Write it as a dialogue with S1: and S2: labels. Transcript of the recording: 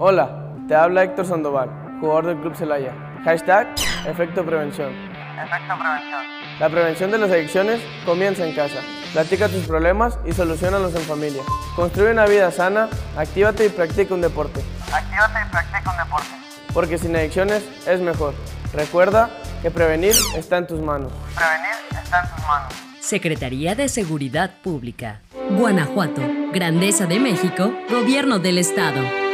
S1: Hola, te habla Héctor Sandoval, jugador del Club Celaya. Hashtag Efecto Prevención.
S2: Efecto prevención.
S1: La prevención de las adicciones comienza en casa. Platica tus problemas y solucionalos en familia. Construye una vida sana, actívate y practica un deporte.
S2: Actívate y practica un deporte.
S1: Porque sin adicciones es mejor. Recuerda que prevenir está en tus manos.
S2: Prevenir está en tus manos.
S3: Secretaría de Seguridad Pública. Guanajuato, Grandeza de México, Gobierno del Estado.